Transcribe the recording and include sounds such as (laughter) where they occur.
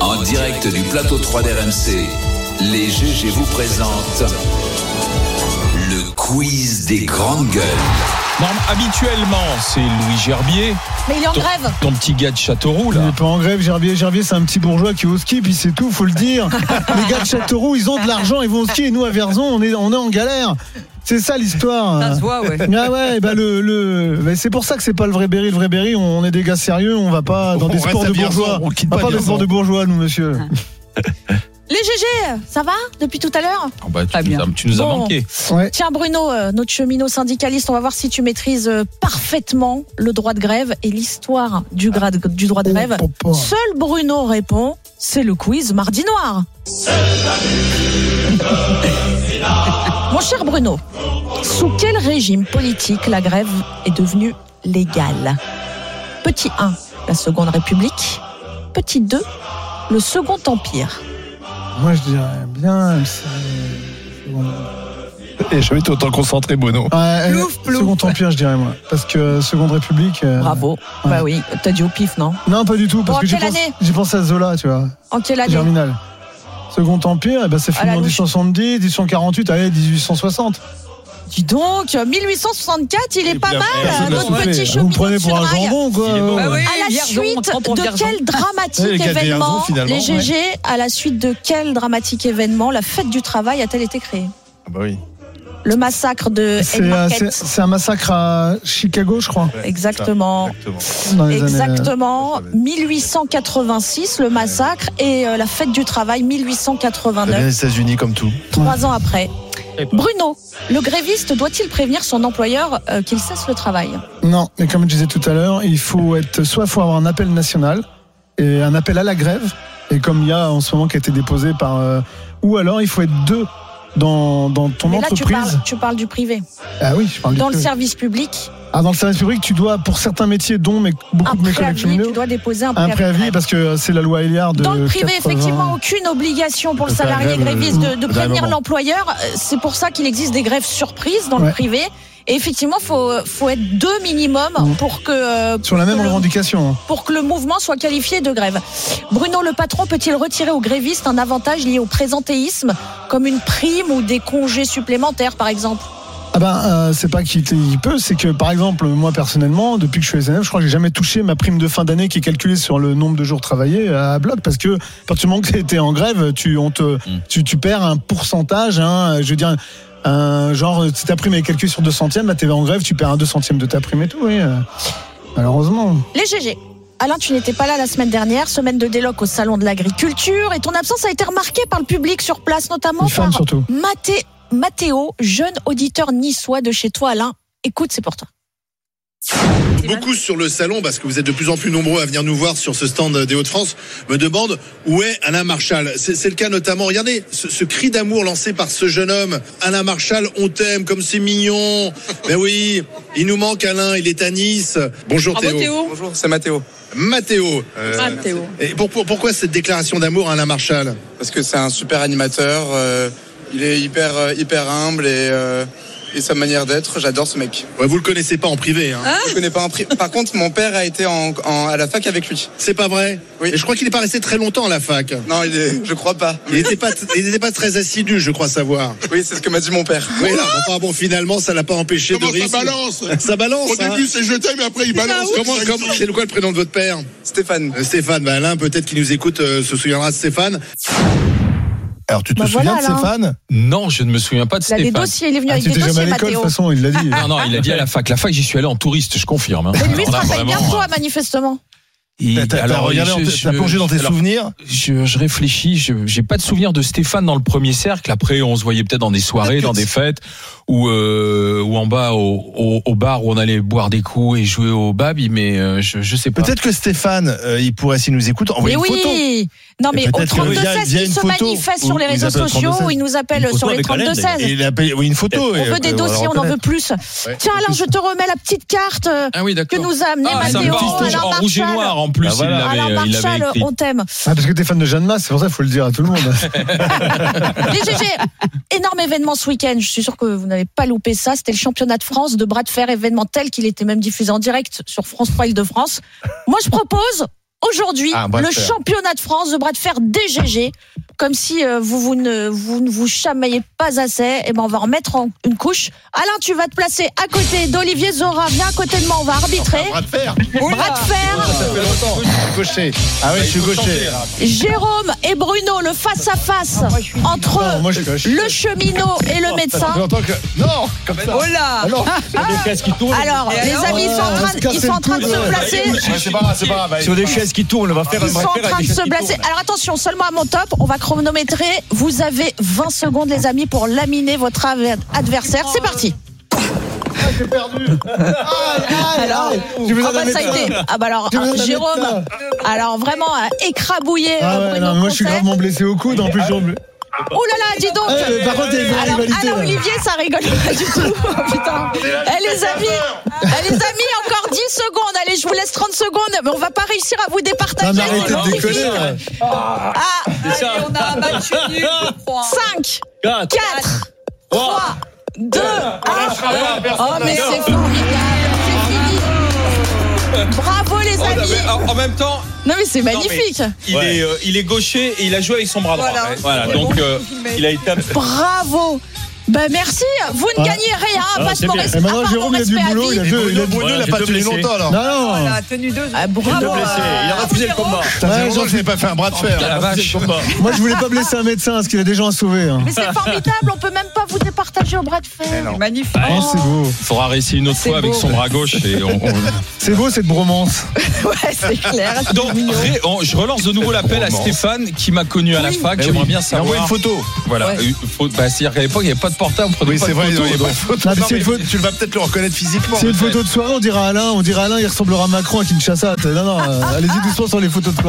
En direct du plateau 3 d'RMC, les GG vous présentent le quiz des grandes gueules. Non, mais habituellement, c'est Louis Gerbier, Mais il est en ton, grève. ton petit gars de Châteauroux, Il là. n'est pas en grève, Gerbier. Gerbier, c'est un petit bourgeois qui va au ski, puis c'est tout, faut (laughs) le dire. Les gars de Châteauroux, ils ont de l'argent, ils vont au ski, et nous, à Verzon, on est, on est en galère. C'est ça l'histoire. Ça se voit, ouais. Ah ouais, bah le, le- bah c'est pour ça que c'est pas le vrai Berry, le vrai Berry, on est des gars sérieux, on va pas dans On des reste sports à de Vierzon, bourgeois. on quitte va pas pas des Vierzon. sports de bourgeois, nous, monsieur. Les GG, ça va depuis tout à l'heure Ah bah, tu, Très nous bien. as- tu nous as Bon. manqué. Ah. Ouais. Tiens Bruno, euh, notre cheminot syndicaliste, on va voir si tu maîtrises euh, parfaitement le droit de grève et l'histoire du, gra- du droit de grève. Oh, oh, oh. Seul Bruno répond, c'est le quiz mardi noir. (laughs) Mon cher Bruno, sous quel régime politique la grève est devenue légale Petit 1, la Seconde République. Petit 2, le Second Empire. Moi, je dirais bien. c'est- c'est bon. Et jamais été autant concentré, Bono. Ouais, Plouf, euh, plouf. Second Empire, je dirais, moi. Parce que euh, Seconde République. euh, Bravo. Bah oui, t'as dit au pif, non Non, pas du tout, parce Bon, que j'ai quelle pensé- année j'ai pensé à Zola, tu vois. En quelle année Germinal. Second Empire, eh ben, c'est À la fini en louche. 1870, 1848, allez, 1860. Dis donc, euh, 1864, il est pas bien, mal, euh, personne notre l'a petit Eh Vous cheminot me prenez pour un de Sudrail. jambon, quoi. Il est bon, ouais. ouais. À la Vierzon, Eh, on suite prend pour de Vierzon. quel Ouais, Eh, les dramatique gars de événement, Vierzon, finalement, les GG, à la suite de quel dramatique événement la fête du travail a-t-elle été créée Ah bah oui. Le massacre de C'est, Egg euh, Market. c'est- c'est un massacre à Chicago, je crois. Exactement. Exactement. dans les années- euh, Exactement, ça va être- 1886, le massacre, et euh, la fête du travail, Ça vient 1889, des États-Unis comme tout. trois ans après. Et pas- Bruno, le gréviste doit-il prévenir son employeur euh, qu'il cesse le travail euh, Non, mais comme je disais tout à l'heure, il faut être, soit faut avoir un appel national et un appel à la grève. Et comme il y a en ce moment qui a été déposé par, euh, ou alors il faut être deux dans, dans ton Mais là, tu entreprise. parles, tu parles du privé. Ah oui, je parle du Dans le privé. service public, Ah, dans le service public, tu dois, pour certains métiers, dont mes, beaucoup un de mes collègues préavis, cheminots, tu dois déposer un Un préavis. préavis parce que euh, c'est la loi Eliard de Dans le privé, 80. effectivement, aucune obligation pour le Faire salarié grève, gréviste de, au de dernier prévenir moment. l'employeur. Euh, C'est pour ça qu'il existe des grèves surprises dans le Ouais. privé. Et effectivement, faut faut être deux minimum pour que euh, Mm. Sur la même pour que le- revendication. pour que le mouvement soit qualifié de grève. Bruno, le patron peut-il retirer aux grévistes un avantage lié au présentéisme, comme une prime ou des congés supplémentaires, par exemple Ah ben, euh, c'est pas qu'il il peut, c'est que par exemple, moi personnellement, depuis que je suis SNF, je crois que j'ai jamais touché ma prime de fin d'année qui est calculée sur le nombre de jours travaillés à bloc parce que, à partir du moment que tu en grève, tu, on te, Mm. tu, tu perds un pourcentage, hein, je veux dire, un, genre, si ta prime est calculée sur 2 centièmes, là t'es en grève, tu perds un 2 centièmes de ta prime et tout, oui. euh, Malheureusement. Les GG. Alain, tu n'étais pas là la semaine dernière, semaine de déloc au Salon de l'Agriculture, et ton absence a été remarquée par le public sur place, notamment Les femmes par surtout. Mathé- Mathéo, jeune auditeur niçois de chez toi, Alain. Écoute, c'est pour toi. Beaucoup sur le salon, parce que vous êtes de plus en plus nombreux à venir nous voir sur ce stand des Hauts-de-France, me demandent où est Alain Marshall. C'est c'est le cas notamment, regardez, ce, ce cri d'amour lancé par ce jeune homme. Alain Marshall, on t'aime, comme c'est (laughs) mignon. Ben oui, il nous manque Alain, il est à Nice. Bonjour Ah, Théo. Bonjour, c'est Mathéo. Mathéo. Euh, Mathéo. et pour- pour- pourquoi cette déclaration d'amour à Alain Marshall Parce que c'est un super animateur, euh, il est hyper, euh, hyper humble et, euh, et sa manière d'être, j'adore ce mec. ouais, Vous le connaissez pas en privé, hein. Je le connais pas en pri- Par contre, mon père a été en, en- à la fac avec lui. c'est pas vrai Oui. Et je crois qu'il est pas resté très longtemps à la fac. Non, il est, je crois pas. Il n'était pas, il n'était pas très assidu, je crois savoir. Oui, c'est ce que m'a dit mon père. Oui, là, enfin bon, finalement, ça l'a pas empêché Comment de ça rire. balance Ça balance. Au hein. début c'est je t'aime, après il balance. Comment, comment- c'est quoi le prénom de votre père Stéphane. Euh, Stéphane. Bah, Alain, peut-être qu'il nous écoute, euh, se souviendra de Stéphane. Alors, tu te Bah souviens voilà, de là. Stéphane Non, je ne me souviens pas de Il a des Stéphane. dossiers, il est venu Ah, avec tu des étais jamais dossiers, à l'école, de Mathéo. toute façon, il l'a (laughs) dit. Non, non, il a dit à la fac. La fac, j'y suis allé en touriste, je confirme. hein. Mais lui, il se Alors là, rappelle bien de vraiment, toi, manifestement. il- T'as- T'as t'as alors, regardé, je- dans tes- je- t'as plongé dans tes alors, Ah. souvenirs Je, je réfléchis, je j'ai pas de souvenir de Stéphane dans le premier cercle. Après, on se voyait peut-être dans des soirées, dans des fêtes, ou euh, ou en bas au, au, au bar où on allait boire des coups et jouer au babi. Mais euh, je je sais pas. Peut-être que Stéphane, euh, il pourrait, s'il nous écoute, Mais envoyer une photo. oui Non, mais Et au peut-être que 32 via- 16 via il une se photo manifeste où sur les ils réseaux appellent au sociaux, 32-16. où il nous appelle sur les 32 Et 16 il appelle- oui, une photo. On veut des dossiers, on en veut plus. Tiens, Alain, je te remets la petite carte euh, Ah oui, que d'accord. nous a amenée Ah, ça me Mathéo, va, en, Alain en rouge et Marchal. noir en plus. Bah voilà. il l'avait- euh, Alain il l'avait Marchal, écrit. on t'aime. Ah, parce que t'es fan de Jeanne Masse, c'est pour ça qu'il faut le dire à tout (laughs) le monde. Les GG, énorme événement ce week-end. Je suis sûr que vous n'avez pas loupé ça. C'était le championnat de France de bras de fer événement tel qu'il était même diffusé en direct sur France 3 Île-de-France. Moi, je propose, aujourd'hui Ah, un bras de le fer. championnat de France de bras de fer DGG. Comme si euh, vous, vous, ne, vous ne vous chamaillez pas assez, et ben on va en mettre en- une couche. Alain, tu vas te placer à côté d'Olivier Zora, viens à côté de moi, on va arbitrer. Bras de fer Bras de fer, Ça fait longtemps. Je suis Gaucher. Ah oui, je suis gaucher. Jérôme et Bruno, le face-à-face entre Non, moi, Ah, je suis gauche. le cheminot et le Ça fait médecin. longtemps que. Non Comme ça Oh là Alors, Alors, Et les alors amis, ils sont en euh, train, de- ils sont en train de se placer. c'est pas grave, c'est pas Bah, grave. Sur des chaises qui tournent, on va faire un Ils sont bras en de fer train de avec des se chaises qui placer. tournent. Alors attention, seulement à mon top, on va chronométrer. Vous avez 20 secondes, les amis, pour laminer votre adver- adversaire. C'est parti. (laughs) Alors J'ai besoin Ah bah d'un ça a médecin. été. Ah bah alors, J'ai besoin d'un Jérôme. médecin. Alors vraiment euh, écrabouillé. Ah euh, ouais, Bruno non, moi je suis Conté. gravement blessé au coude en plus. j'ai- Oh là là, dis donc. Eh, par contre, il y a une vraie Alors, rivalité, Alain là. Olivier, ça rigole pas du tout. (laughs) Putain. Eh, les amis, eh, les amis, encore 10 secondes. Allez, je vous laisse 30 secondes. Mais on va pas réussir à vous départager. Non, mais c'est arrêtez de magnifique. déconner. Ah, Allez, on a un match nul, je crois. 5, 4, 3, 2, 1. Oh, mais c'est formidable. C'est fini. Bravo, les Oh, amis. mais en- En même temps, Non, mais c'est magnifique. il est, euh, il est gaucher et il a joué avec son bras droit. Voilà. Ouais, Voilà, C'est donc bon. euh, il a été. Bravo. Ben merci, vous Ah. ne gagnez rien, à Ah, passe c'est mon bien. res- Et à maintenant, part mon Jérôme, il a du respect à boulot. vie. Il a deux. il a deux- Bruno, il a j'ai pas deux tenu blessés. longtemps alors. Non, Oh, non. la tenue de Ah, bravo. Il a refusé le combat. Ça fait Ouais, longtemps que je n'ai pas fait un bras de fer. Ah, La vache. Moi je voulais pas blesser un médecin parce qu'il a des gens à sauver. hein. Mais c'est formidable, on peut même pas vous départager au bras de fer. C'est magnifique. Ah. Oh, c'est beau. Il faudra réessayer une autre C'est fois avec beau. son bras gauche et on- on- C'est beau (laughs) cette bromance. Ouais, c'est clair. (laughs) Donc, ré- on- je relance de nouveau l'appel à Stéphane qui m'a connu à la fac. J'aimerais bien Envoie une savoir. photo. Voilà. Ouais. Euh, faut- bah, C'est-à-dire qu'à l'époque, il n'y avait pas de portable. On prenait Oui, pas c'est de vrai, il photos. n'y a pas de photo. Ah, mais Non, c'est mais une photo- Tu vas peut-être le reconnaître physiquement. C'est une photo de soirée, on dirait Alain, on dirait Alain, il ressemblera à Macron à Kinshasa. Non, non, euh, allez-y doucement sur les photos de soirée.